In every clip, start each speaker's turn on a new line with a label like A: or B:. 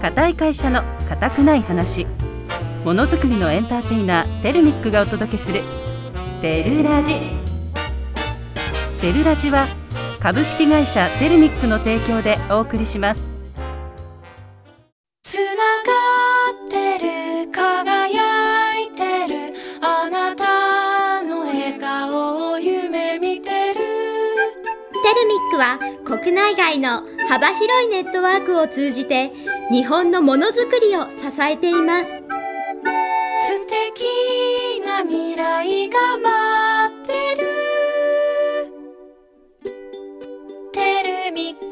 A: 固い会社の固くない話ものづくりのエンターテイナーテルミックがお届けする「テルラジ」テルラジは株式会社テルミックの提供でお送りします
B: つながってる輝いてるあなたの笑顔を夢見てる
C: テルミックは国内外の幅広いネットワークを通じて日本のものづくりを支えています
B: 素敵な未来が待ってるテルミック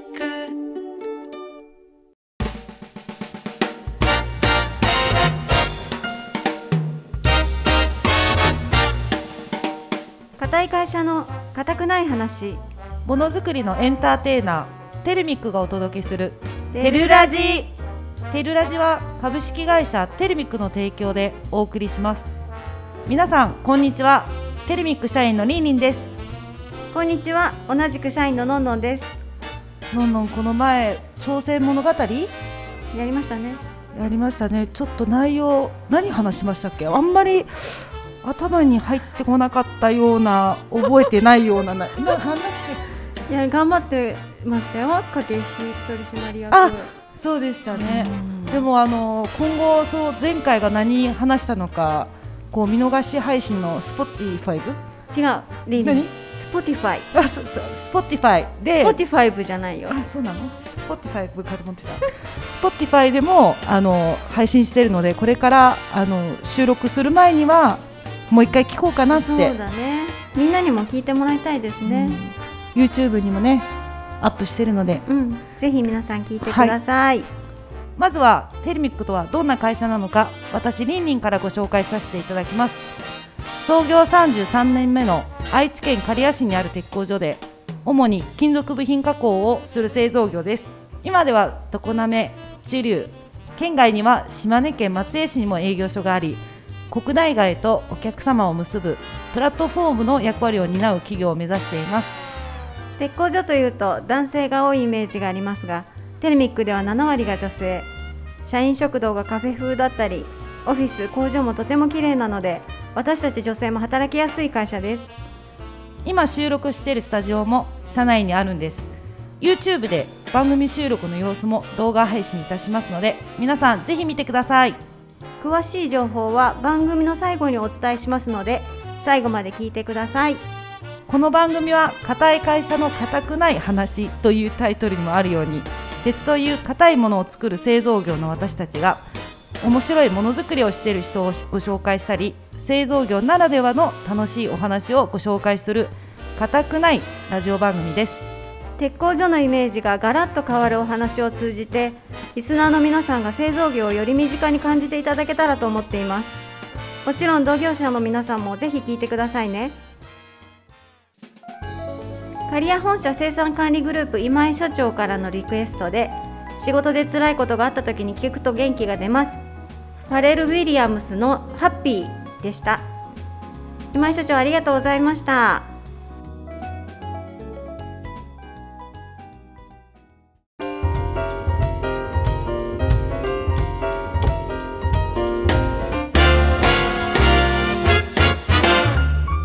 D: 固い会社の固くない話
E: ものづくりのエンターテイナーテルミックがお届けするテルラジテルラジは株式会社テルミックの提供でお送りします皆さんこんにちはテルミック社員のりんりんです
D: こんにちは同じく社員ののんのんです
E: ロンロンこの前朝鮮物語や
D: やりましたね
E: りましたねちょっと内容何話しましたっけあんまり頭に入ってこなかったような覚えてないようななななんだっけ
F: いや頑張ってましたよ駆け引き取締役
E: あそうでしたね、
F: うん
E: でもあの今後そう前回が何話したのかこう見逃し配信の Spotify
F: 違うリリ
E: 何
F: ンスポティファイ
E: あそそ Spotify
F: ス
E: で
F: ポティファイブじゃないよ
E: あそうなの Spotify かと思ってた Spotify でもあの配信してるのでこれからあの収録する前にはもう一回聞こうかなっ
F: そう
E: て、
F: だねみんなにも聞いてもらいたいですね
E: うん YouTube にもねアップしてるので
F: うん、ぜひ皆さん聞いてください、
E: まずはテルミックとはどんな会社なのか私りんりんからご紹介させていただきます創業33年目の愛知県刈谷市にある鉄工所で主に金属部品加工をする製造業です今では常滑知立県外には島根県松江市にも営業所があり国内外とお客様を結ぶプラットフォームの役割を担う企業を目指しています
D: 鉄工所というと男性が多いイメージがありますがテルミックでは7割が女性社員食堂がカフェ風だったりオフィス工場もとても綺麗なので私たち女性も働きやすい会社です
E: 今収録しているスタジオも社内にあるんです YouTube で番組収録の様子も動画配信いたしますので皆さんぜひ見てください
D: 詳しい情報は番組の最後にお伝えしますので最後まで聞いてください
E: この番組は「固い会社の固くない話」というタイトルにもあるように鉄という固いものを作る製造業の私たちが面白いものづくりをしている人をご紹介したり製造業ならではの楽しいお話をご紹介する固くないラジオ番組です
D: 鉄工所のイメージがガラッと変わるお話を通じてリスナーの皆さんが製造業をより身近に感じていただけたらと思っていますもちろん同業者の皆さんもぜひ聞いてくださいね刈谷本社生産管理グループ今井所長からのリクエストで仕事で辛いことがあった時に聞くと元気が出ますファレル・ウィリアムスの「ハッピー」でした今井所長ありがとうございました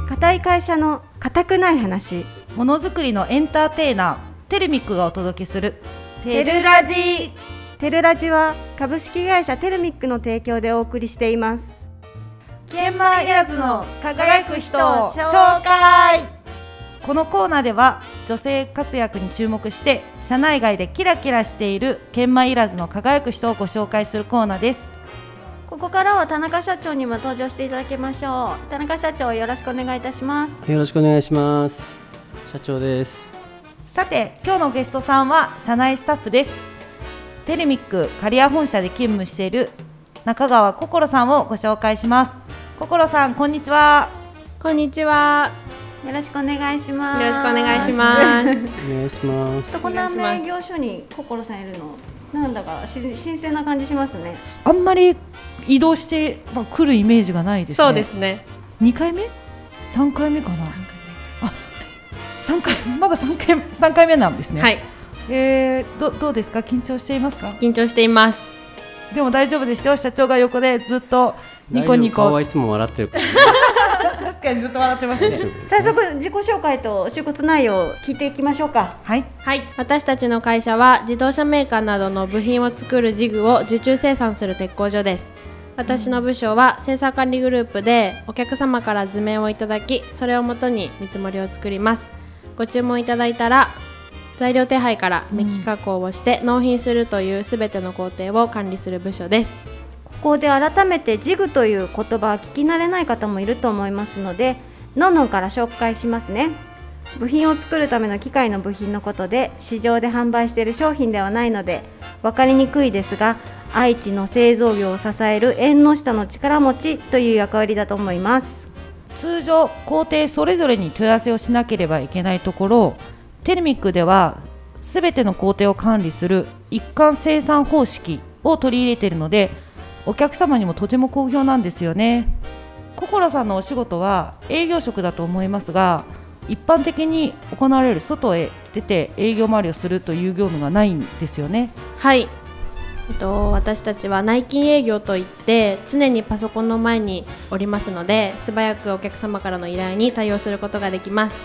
D: 固い会社の固くない話
E: ものづくりのエンターテイナーテルミックがお届けする
D: テルラジテルラジは株式会社テルミックの提供でお送りしています
E: 研磨いらずの
D: 輝く人を紹
E: 介このコーナーでは女性活躍に注目して社内外でキラキラしている研磨いらずの輝く人をご紹介するコーナーです
D: ここからは田中社長にも登場していただきましょう田中社長よろしくお願いいたします
G: よろしくお願いします。社長です。
E: さて今日のゲストさんは社内スタッフですテルミック刈谷本社で勤務している中川心さんをご紹介します心さんこんにちは
F: こんにちは
D: よろしくお願いしま
F: よ
D: す
F: ろしくお願いします
G: お願いし ます。
D: 常滑営業所に心さんいるのなんだかし新鮮な感じしますね
E: あんまり移動して、まあ、来るイメージがないですね
H: そうですね。
E: 二回目三回目かな三回目まだ三回三回目なんですね
H: はい、
E: えー、どどうですか緊張していますか
H: 緊張しています。
E: でも大丈夫ですよ社長が横でずっとニコニ
G: 大丈夫顔は
E: コ
G: いつも笑ってるからね、
E: 確かにずっと笑ってます
G: 大丈
E: ね
G: 夫
D: 早速自己紹介と就活内容を聞いていきましょうか
E: はい
H: はい、私たちの会社は自動車メーカーなどの部品を作るジグを受注生産する鉄工所です私の部署は生産管理グループでお客様から図面をいただきそれをもとに見積もりを作りますご注文いただいたら材料手配からメッキ加工をして納品するというすべての工程を管理する部署です
D: ここで改めてジグという言葉は聞き慣れない方もいると思いますのでのんのんから紹介しますね部品を作るための機械の部品のことで市場で販売している商品ではないので分かりにくいですが愛知の製造業を支える縁の下の力持ちという役割だと思います
E: 通常工程それぞれに問い合わせをしなければいけないところテルミックではすべての工程を管理する一貫生産方式を取り入れているのでお客様にもとても好評なんですよね心さんのお仕事は営業職だと思いますが一般的に行われる外へ出て営業回りをするという業務がないんですよね
H: はい、えっと、私たちは内勤営業といって常にパソコンの前におりますので素早くお客様からの依頼に対応することができます、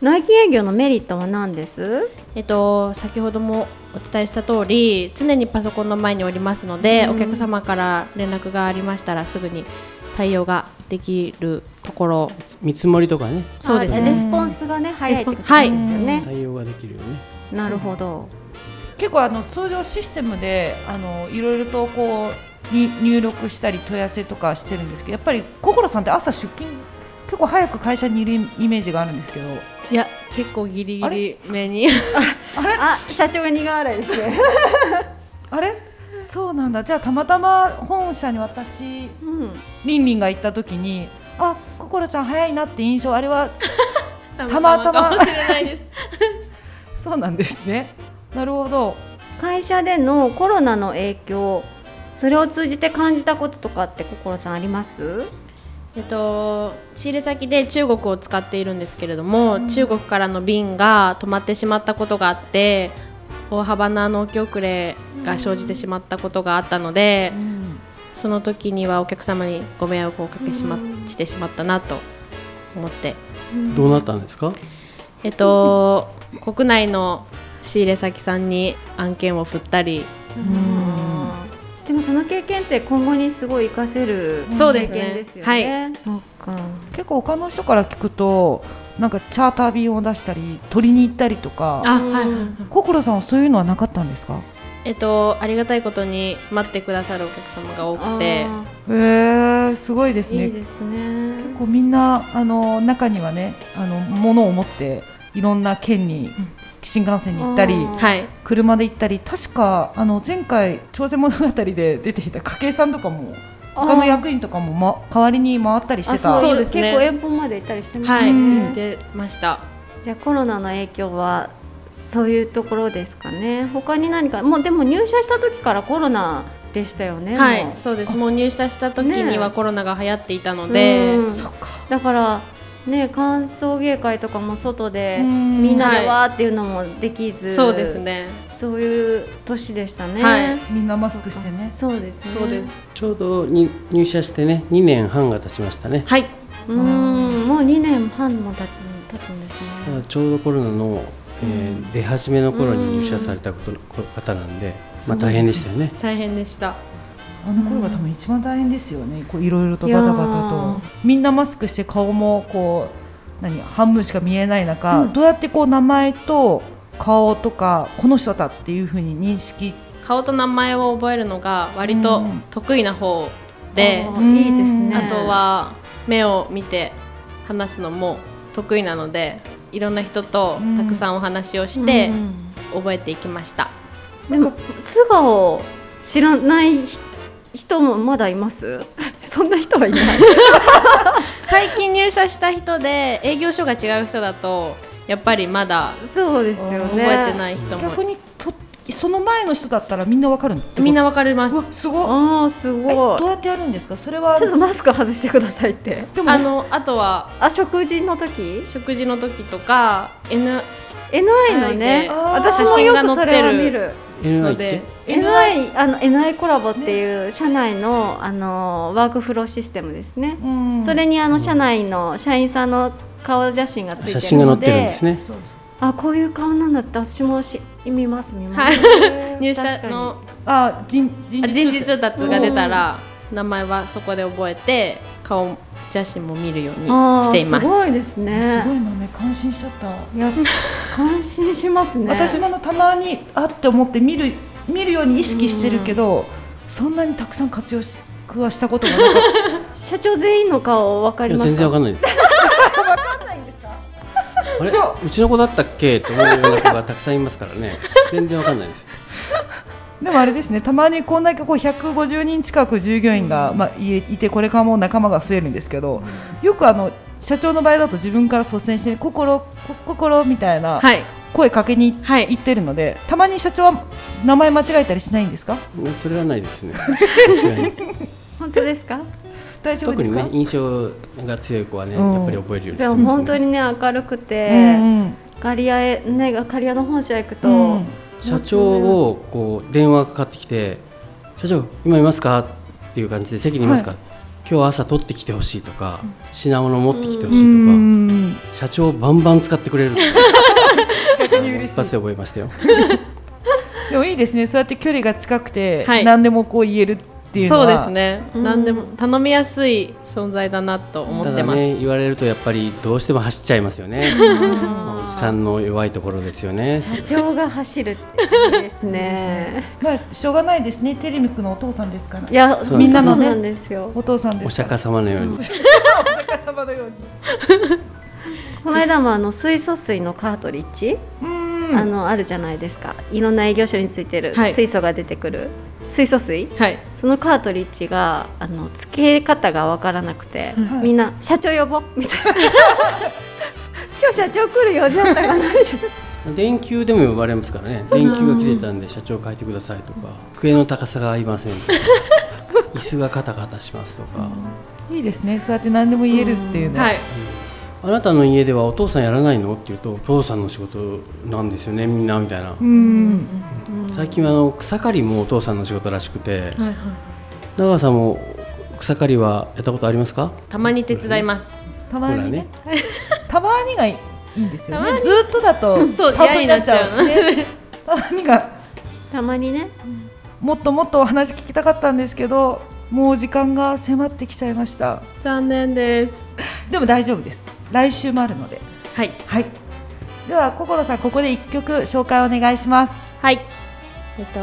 D: 内勤営業のメリットは何です
H: えっと、先ほどもお伝えした通り常にパソコンの前におりますので、お客様から連絡がありましたらすぐに対応ができるところ
G: 見積もりとかね
H: そうです
D: あ
H: ね
D: レスポンスがね早いってことです
H: は
D: よ
H: い
D: ね、
G: 対応ができるよね
D: なるほど
E: 結構あの通常システムであのいろいろとこうに入力したり問い合わせとかしてるんですけどやっぱり心さんって朝出勤結構早く会社にいるイメージがあるんですけど
H: いや結構ギリ
E: あ
H: ギ
E: れ
H: リ目 に
D: あ社長が苦笑いですね
E: あれそうなんだじゃあたまたま本社に私
D: うん
E: りんりんが行った時にあ心ちゃん早いなって印象あれはたまたま
H: かもしれないです
E: そうなんですね なるほど
D: 会社でのコロナの影響それを通じて感じたこととかって心さんあります
H: えっと、仕入れ先で中国を使っているんですけれども、中国からの便が止まってしまったことがあって大幅な納期遅れが生じてしまったことがあったので、その時にはお客様にご迷惑をおかけし,、ましてしまったなと思って、
G: どうなったんですか
H: えっ と、国内の仕入れ先さんに案件を振ったり
D: でもその経験って今後にすごい活かせる
H: そう
D: 経
H: ですね
D: 験ですよね。
H: はい
D: そうか
E: 結構他の人から聞くとなんかチャーター便を出したり取りに行ったりとか
H: あ、はいはい
E: 心さんはそういうのはなかったんですか
H: えっと、ありがたいことに待ってくださるお客様が多くて。
D: あ
E: へえすごいです
D: ー
E: ね
D: いいですね。
E: 結構みんなあの中にはねあの物を持っていろんな県に新幹線に行ったり、
D: うん
H: はい
E: 車で行ったり確かあの前回「朝鮮物語」で出ていた筧さんとかも他の役員とかも、ま、代わりに回ったりして
D: あ
E: た
H: そうです
D: 結
H: ね
D: 構遠方まで行ったりしてます
H: はい、
D: ね。
E: うん
H: 出ました。
D: じゃあコロナの影響はそういうところですかね。他に何かもうでも入社した時からコロナでしたよね。
H: は
D: もう
H: い、そうです。もう入社した時
D: ね
H: に
D: え
H: はコロナが流行っていたので、
D: うん
E: そっか
D: だからね歓送迎会とかも外で
E: うん
D: みんなでわーっていうのもできず、
H: そうですね。
D: そういう年でしたね、
H: はい
E: みんなマスクしてね
D: そうですね
H: そうです。
G: ちょうどに入社してね2年半が経ちましたね
H: はい、
D: うーんもう2年半も経つ経つんです
G: た
D: ね
G: だちょうどコロナの、えー出始めの頃に入社されたことのこ方なんで、まあ、大変でしたよね
H: 大変でした。
E: あの頃が多分一番大変ですよねこういろいろとバタバタ
D: いやー
E: とみんなマスクして顔もこう何半分しか見えない中、どうやってこう名前と顔とかこの人だっていうふうに認識
H: 顔と名前を覚えるのが割と得意な方で、
D: あーいいですね
H: あとは目を見て話すのも得意なので、いろんな人とたくさんお話をして
D: うん
H: 覚えていきました。
D: でも素顔を知らないひ人もまだいます そんな人はいない
H: 最近入社した人で営業所が違う人だとやっぱりまだ
D: そうですよ
H: 覚
D: ね
H: えて
D: い
H: ない人も
E: 逆にきょその前の人だったらみんなわかるん
H: みん
E: な
H: なわかります
E: すごい
D: ああす
E: え
D: ご
E: ど
D: いう
E: やってやるんですかそれは
D: ちょっとマスク外してくださいって
E: でも
H: あのあとは
D: あ食事の時
H: 食事の時とか N
D: NI のね
H: はい
E: あー
D: 私もよくそれは見る
G: NI
H: の
G: って
H: で
D: NI, あの NI コラボっていう社内のあのワークフローシステムですね、
E: うん
D: それにあの社内の社員さんの顔写真がついてるので
G: 写真が載ってるんですね
D: あこういう顔なんだって私もし見ます見ます、
H: 入社の
E: あ人人
H: あ
E: 事
H: 人事通達が出たら名前はそこで覚えて顔写真も見るように
D: あー
H: しています
D: すごいですね
E: すごい今ね感心しちゃった、
D: いや感心しますね
E: 私ものたまにあって思って見る見るように意識してるけど、そんなにたくさん活用しはしたことがなかった
D: 社長全員の顔分か
G: い
D: り
G: や
D: ます
G: 全然わ
D: か
G: かんないですわかんないんですかあれうちの子だったっけと思うような子がたくさんいますからね全然わかんないです
E: でもあれですね、たまにこんだけこう150人近く従業員が、まあ、いいてこれからもう仲間が増えるんですけどよくあの社長の場合だと自分から率先して「心こ心」みたいな
H: はい
E: 声かけに
H: はい
E: 行ってるので、たまに社長は名前間違えたりしないんですか
G: ねそれはないですねさすがに
D: 本当ですか
E: 大丈夫
G: 特
E: で
G: に
E: すか
G: ね印象が強い子はね
E: うん
G: やっぱり覚えるようにして
D: で
G: ま
D: も
G: すね
D: 本当にね明るくて、
E: うんうん
D: ガリアへねガリアの本社行くと、
E: うん
G: 社長をこう電話がかかってきて「社長今いますか?」っていう感じで「席にいますか今日朝取ってきてほしい」とか「品物持ってきてほし
E: う
G: い」とか
E: ん
G: 社長バンバン使ってくれる一発で覚えましたよ
E: でもいいですね、そうやって距離が近くて、
H: はい
E: 何でもこう言えるっていうの
H: そう
E: は
H: ですね、何でも頼みやすい存在だなと思
G: た
H: って
G: だ
H: ます、
G: ね言われるとやっぱりどうしても走っちゃいますよねおじさんの弱いところですよね
D: 社長が走るっていいです ね
E: まあ、しょうがないですね、テレミックのお父さんですから
D: い、や
G: そうみんな
E: のね
D: そうなんですよ
E: お父さんで
G: お
E: すか
G: 釈
E: ら
G: 迦様のように
E: お釈迦様のように。
D: この間もあの水素水のカートリッジ、
E: うん
D: あのあるじゃないですかいろんな営業所についてる
H: はい
D: 水素が出てくる、水素水
H: はい
D: そのカートリッジがあの付け方が分からなくて、
E: はい
D: みんな「社長呼ぼう」みたいな「 今日社長来るよじゃあったかな」みたいな
G: 電球でも呼ばれますからね電球が切れたんで社長変えてくださいとか机の高さが合いませんとか 椅子がカタカタしますとか。
E: いいですね、そうやって何でも言えるっていうのは。
H: はい
G: あなたの家ではお父さんやらないのって言うとお父さんの仕事なんですよねみんなみたいな、
E: うん、
G: 最近はあの草刈りもお父さんの仕事らしくて
H: はいはい
G: 長川さんも草刈りはやったことありますか
H: たまに手伝います、
E: た
G: ほ
E: ま
G: ら
E: にね
G: ね、
E: たまにがいいんですよ
H: たま
E: ね。
H: に
E: ずっとだと
H: そう
E: パートになっちゃう。ねたまにが
D: たまにね
E: もっともっとお話聞きたかったんですけど、もう時間が迫ってきちゃいました。
H: 残念です
E: でも大丈夫です。来週もあるので。
H: はい
E: はい。では心さんここで一曲紹介お願いします。
H: はいえっと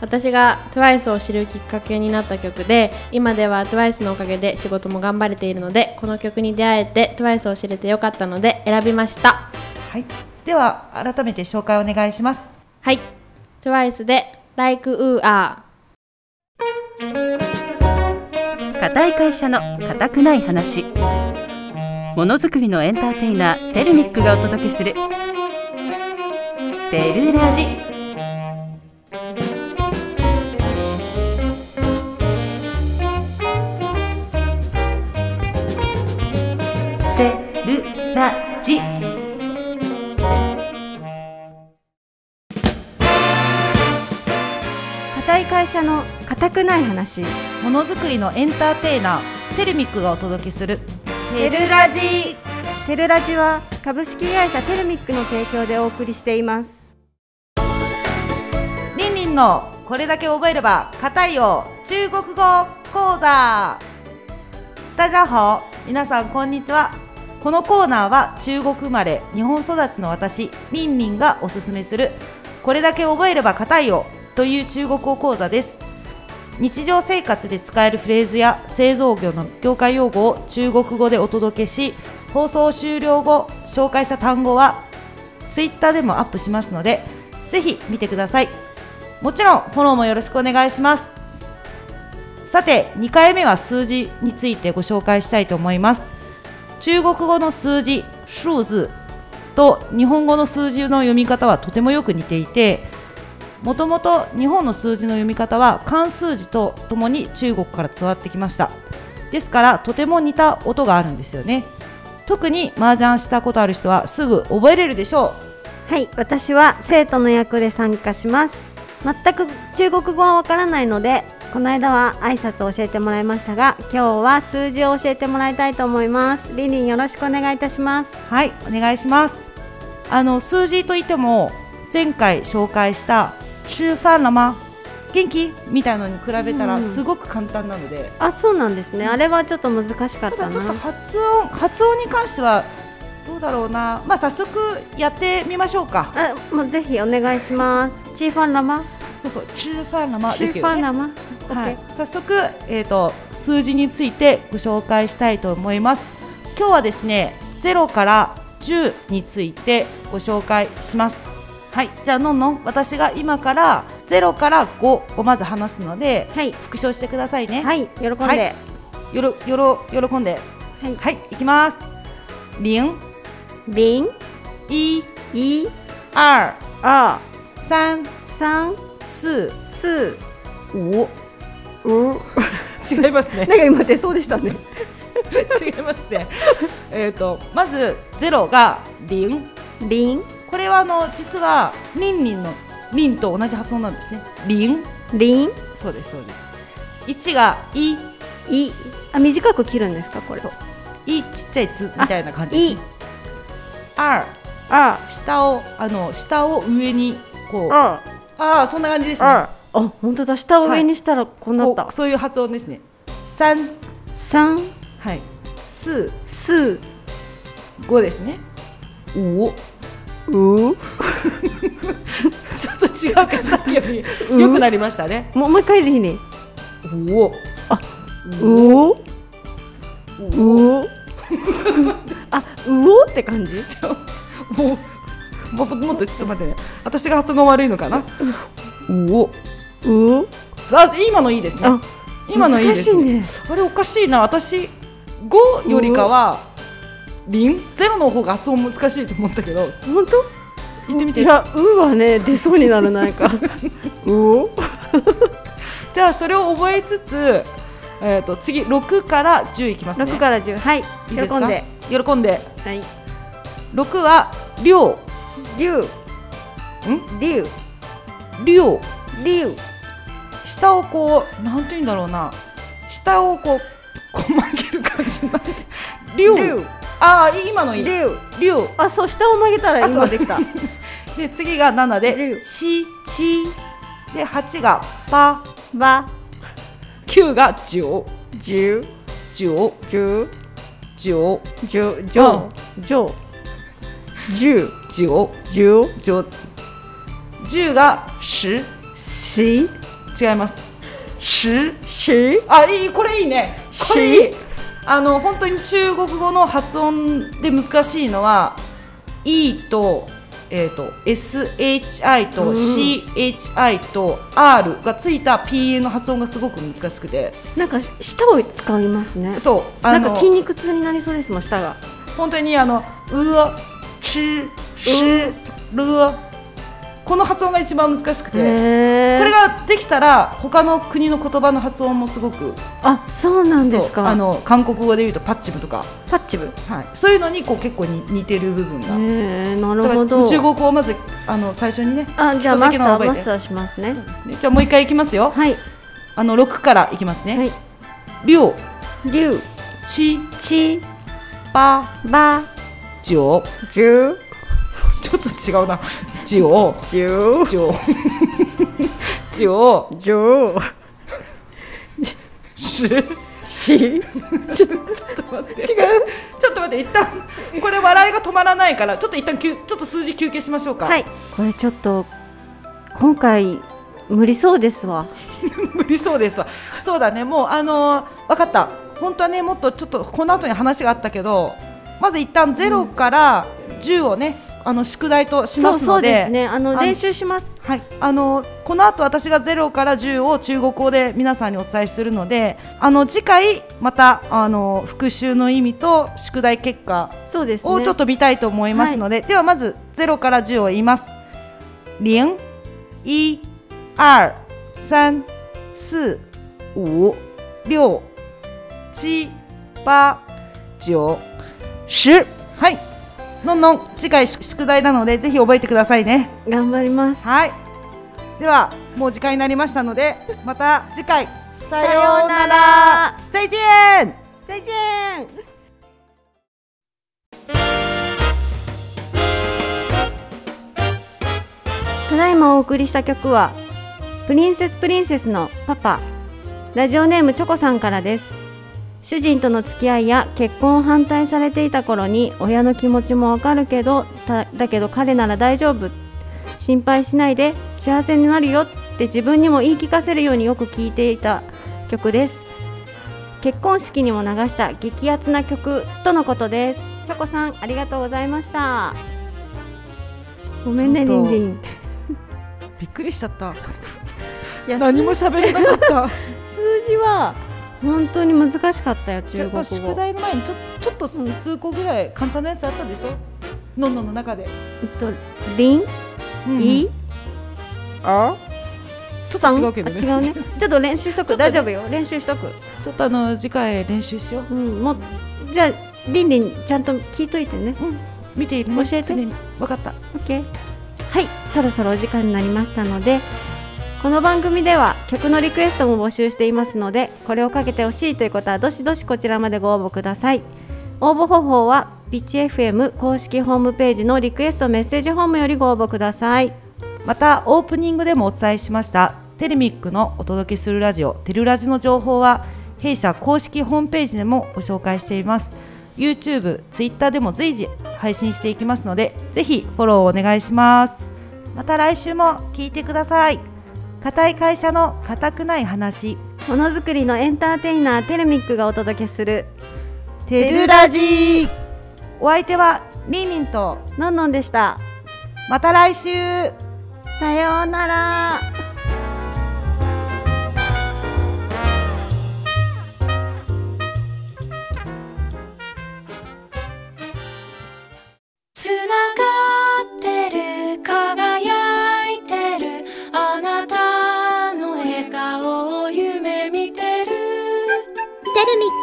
H: 私が TWICE を知るきっかけになった曲で今では TWICE のおかげで仕事も頑張れているのでこの曲に出会えて TWICE を知れてよかったので選びました
E: はい。では改めて紹介お願いします。
H: はい TWICE で「Like u a
A: 固い会社の固くない話ものづくりのエンターテイナーテルミックがお届けする「テルラジ」テルラジ
D: 固い会社の固くない話
E: ものづくりのエンターテイナーテルミックがお届けする
I: テルラジ
D: テルラジは株式会社テルミックの提供でお送りしています
E: リンリンのこれだけ覚えれば硬いよ中国語講座大家好皆さんこんにちはこのコーナーは中国生まれ日本育ちの私リンリンがおすすめするこれだけ覚えれば硬いよという中国語講座です日常生活で使えるフレーズや製造業の業界用語を中国語でお届けし放送終了後紹介した単語はツイッターでもアップしますのでぜひ見てくださいもちろんフォローもよろしくお願いしますさて2回目は数字についてご紹介したいと思います中国語の数字数字と日本語の数字の読み方はとてもよく似ていてもともと日本の数字の読み方は漢数字とともに中国から伝わってきましたですからとても似た音があるんですよね特に麻雀したことある人はすぐ覚えれるでしょう
D: はい私は生徒の役で参加します全く中国語はわからないのでこの間は挨拶を教えてもらいましたが今日は数字を教えてもらいたいと思いますりんりんよろしくお願いいたします
E: はいお願いしますあの数字といっても前回紹介した「吃飯了吗元気?」みたいのに比べたら
D: うん
E: すごく簡単なので、
D: あそうなんですね、あれはちょっと難しかったた
E: だち ょっ
D: な
E: と発音発音に関してはどうだろうなまあ早速やってみましょうか
D: あもうぜひお願いしますチーファンラマ
E: そうそう「吃飯了吗?」
D: チ
E: で
D: ー
E: す
D: フ
E: けど
D: ァン
E: ね
D: ラマ
E: はい、早速、えー、と数字についてご紹介したいと思います今日はですね0から10についてご紹介しますはいじゃあのんのん私が今から0から5をまず話すので、
D: はい
E: 復唱してくださいね
D: はい喜んで、
E: はいよろよろ喜んで
D: はい
E: はいいきます0
D: リン
E: 1
D: イ
E: 2
D: ア
E: 3
D: サン
E: 4
D: ス
E: 5
D: ウ
E: 違いますね
D: なんか今出そうでしたね
E: 違いますね。えっとまずゼロがリン。
D: リン
E: これはあの実はリンリンのリンと同じ発音なんですね。リン。
D: リン
E: そうですそうです。一がイ
D: イあ短く切るんですかこれ
E: そうイちっちゃいつみたいな感じです、ね。二
D: あ
E: 下をあの下を上にこう。あ
D: あ
E: あーそんな感じですね。
D: ああ本当だ下を上にしたらこうなっ
E: こ
D: た
E: うそういう発音ですね。三
D: 三
E: はい四
D: ス
E: 五ですね。五。
D: ウ
E: ちょっと違うかさっきより良くなりましたね。
D: もうもう一回リンリン
E: 五。
D: うおうお あうおって感じ
E: もう、ももっとちょっと待ってね。私が発音が悪いのかな。うお。
D: うお
E: あ、今のいいですね
D: あ。
E: 今のいいですね。
D: 難し
E: あれおかしいな。私五よりかはリンゼロの方が発音難しいと思ったけど、
D: いね本当
E: 言ってみて。
D: い
E: じゃ
D: やうはね出そうになるなん かうお
E: あそれを覚えつつ、えっ、と次六から十いきますね。
D: 六から十はい
E: いい
D: 喜
E: ですか
D: んで
E: 喜んで。
D: はい
E: 六はりょ
D: 龍龍
E: うりょう
D: 龍
E: 下をこうなんて言うんだろうな。下をこう細ける感じにな って。りょう。ああ今のいい。
D: 龍
E: りょう。
D: あそう下を曲げたら
E: あそう
D: 今できた
E: で次が7
D: りゅ
E: で
D: う
E: ち
D: ち
E: で8がパ
D: ば
E: 9がじょ
D: じゅ
E: じょ
D: じゅ
E: じょ
D: じゅじょじょじゅ
E: じょ
D: じゅ
E: じょ10がし
D: し
E: 違いますし
D: し
E: あいいこれいいねこれいいあの本当に中国語の発音で難しいのは E と,、えー、と SHI と CHI と R がついた PA の発音がすごく難しくて
D: なんか舌を使いますね
E: そうあ
D: なん
E: の
D: か筋肉痛になりそうですもん舌が
E: 本当にあのうわちしるわこの発音が一番難しくて、
D: へ
E: これ
D: が
E: ができたら他の国の言葉の発音もすごく
D: あそうなんです
E: そう
D: か
E: あの韓国語で言うとパッチブとか、
D: パッチブへ
E: はい、そういうのにこう結構に似てる部分が、
D: えなる
E: だから
D: ほど
E: 中国語をまずあの最初にね
D: あじゃ
E: 基礎
D: あマ
E: だ
D: ス
E: け
D: タ
E: の
D: ー
E: 覚え
D: マ
E: て
D: スターしますね
E: じゃあもう一回いきますよ、
D: はい
E: あの6からいきますね、
D: はい
E: りょう
D: りゅう
E: ち
D: ち
E: ば
D: ば
E: じょ
D: じゅ
E: ちょっと違うなじょ
D: じゅ
E: じょ じょ
D: じゅ
E: しちょっ
D: し
E: と待って違う ちょっと待って一旦これ笑いが止まらないからちょっと一旦休ちょっと数字休憩しましょうか
D: はいこれちょっと今回無理そうですわ
E: 無理そうですわそうだねもうあのー、分かった本当はねもっとちょっとこの後に話があったけどまず一旦ゼロから10をね、あの宿題とし
D: そ
E: ま
D: う
E: す
D: そ
E: の
D: う
E: で
D: ですねあ
E: あ
D: の
E: の
D: 練習します
E: はい、あのこの後私が0から10を中国語で皆さんにお伝えするのであの次回またあの復習の意味と宿題結果
D: そうですね
E: をちょっと見たいと思いますので、ではまず0から10を言います。零、一、二、三、四、五、六、七、八、九、十。はい。のんのん次回宿題なのでぜひ覚えてくださいね。
D: 頑張ります
E: はい。ではもう時間になりましたのでまた次回さようなら再见
D: 再见ただいまお送りした曲はプリンセスプリンセスのパパラジオネームチョコさんからです主人との付き合いや結婚を反対されていた頃に親の気持ちもわかるけどただけど彼なら大丈夫心配しないで幸せになるよって自分にも言い聞かせるようによく聴いていた曲です結婚式にも流した激アツな曲とのことですチョコさんありがとうございましたごめんね
E: ち
D: リ
E: ょっ
D: ン
E: と
D: リン
E: びっくりしちゃった
D: いや
E: 何も喋れなかった
D: 数字は本当に難しかったよ
E: じゃあ
D: 中国
E: まあ宿
D: 語
E: 題の前にちょちょっとす数個ぐらい簡単なやつあったでしょのんのんの中で、
D: えっとリン、イ、あ、
E: ちょっと違うけどね
D: あ違 うね。ちょっと練習しとく。大丈夫よ。練習しとく。
E: ちょっとあの次回練習しよう
D: うん、もうじゃあリンリンちゃんと聞いといてね。
E: 見ているね
D: 教えて
E: 常にわかった
D: オッケー。はい、そろそろお時間になりましたので、この番組では曲のリクエストも募集していますので、これをかけてほしいという方はどしどしこちらまでご応募ください。応募方法はピッチ FM 公式ホームページのリクエストメッセージフォームよりご応募ください。
E: またオープニングでもお伝えしましたテレミックのお届けするラジオテルラジの情報は弊社公式ホームページでもご紹介しています YouTube、Twitter でも随時配信していきますのでぜひフォローお願いしますまた来週も聞いてください固い会社の固くない話
D: ものづくりのエンターテイナーテルミックがお届けする
E: テルラジお相手はみんみんと
D: のんのんでした
E: また来週
D: さようなら
B: つながってる輝いてるあなたの笑顔を夢見てる
C: テルミ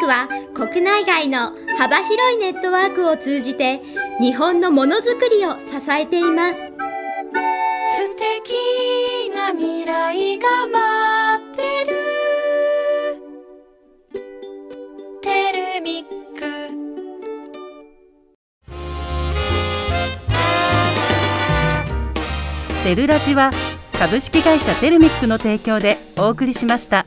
C: ックは国内外の幅広いネットワークを通じて日本のものづくりを支えています
B: 素敵な未来が待ってるテルミック
A: テルラジは株式会社テルミックの提供でお送りしました。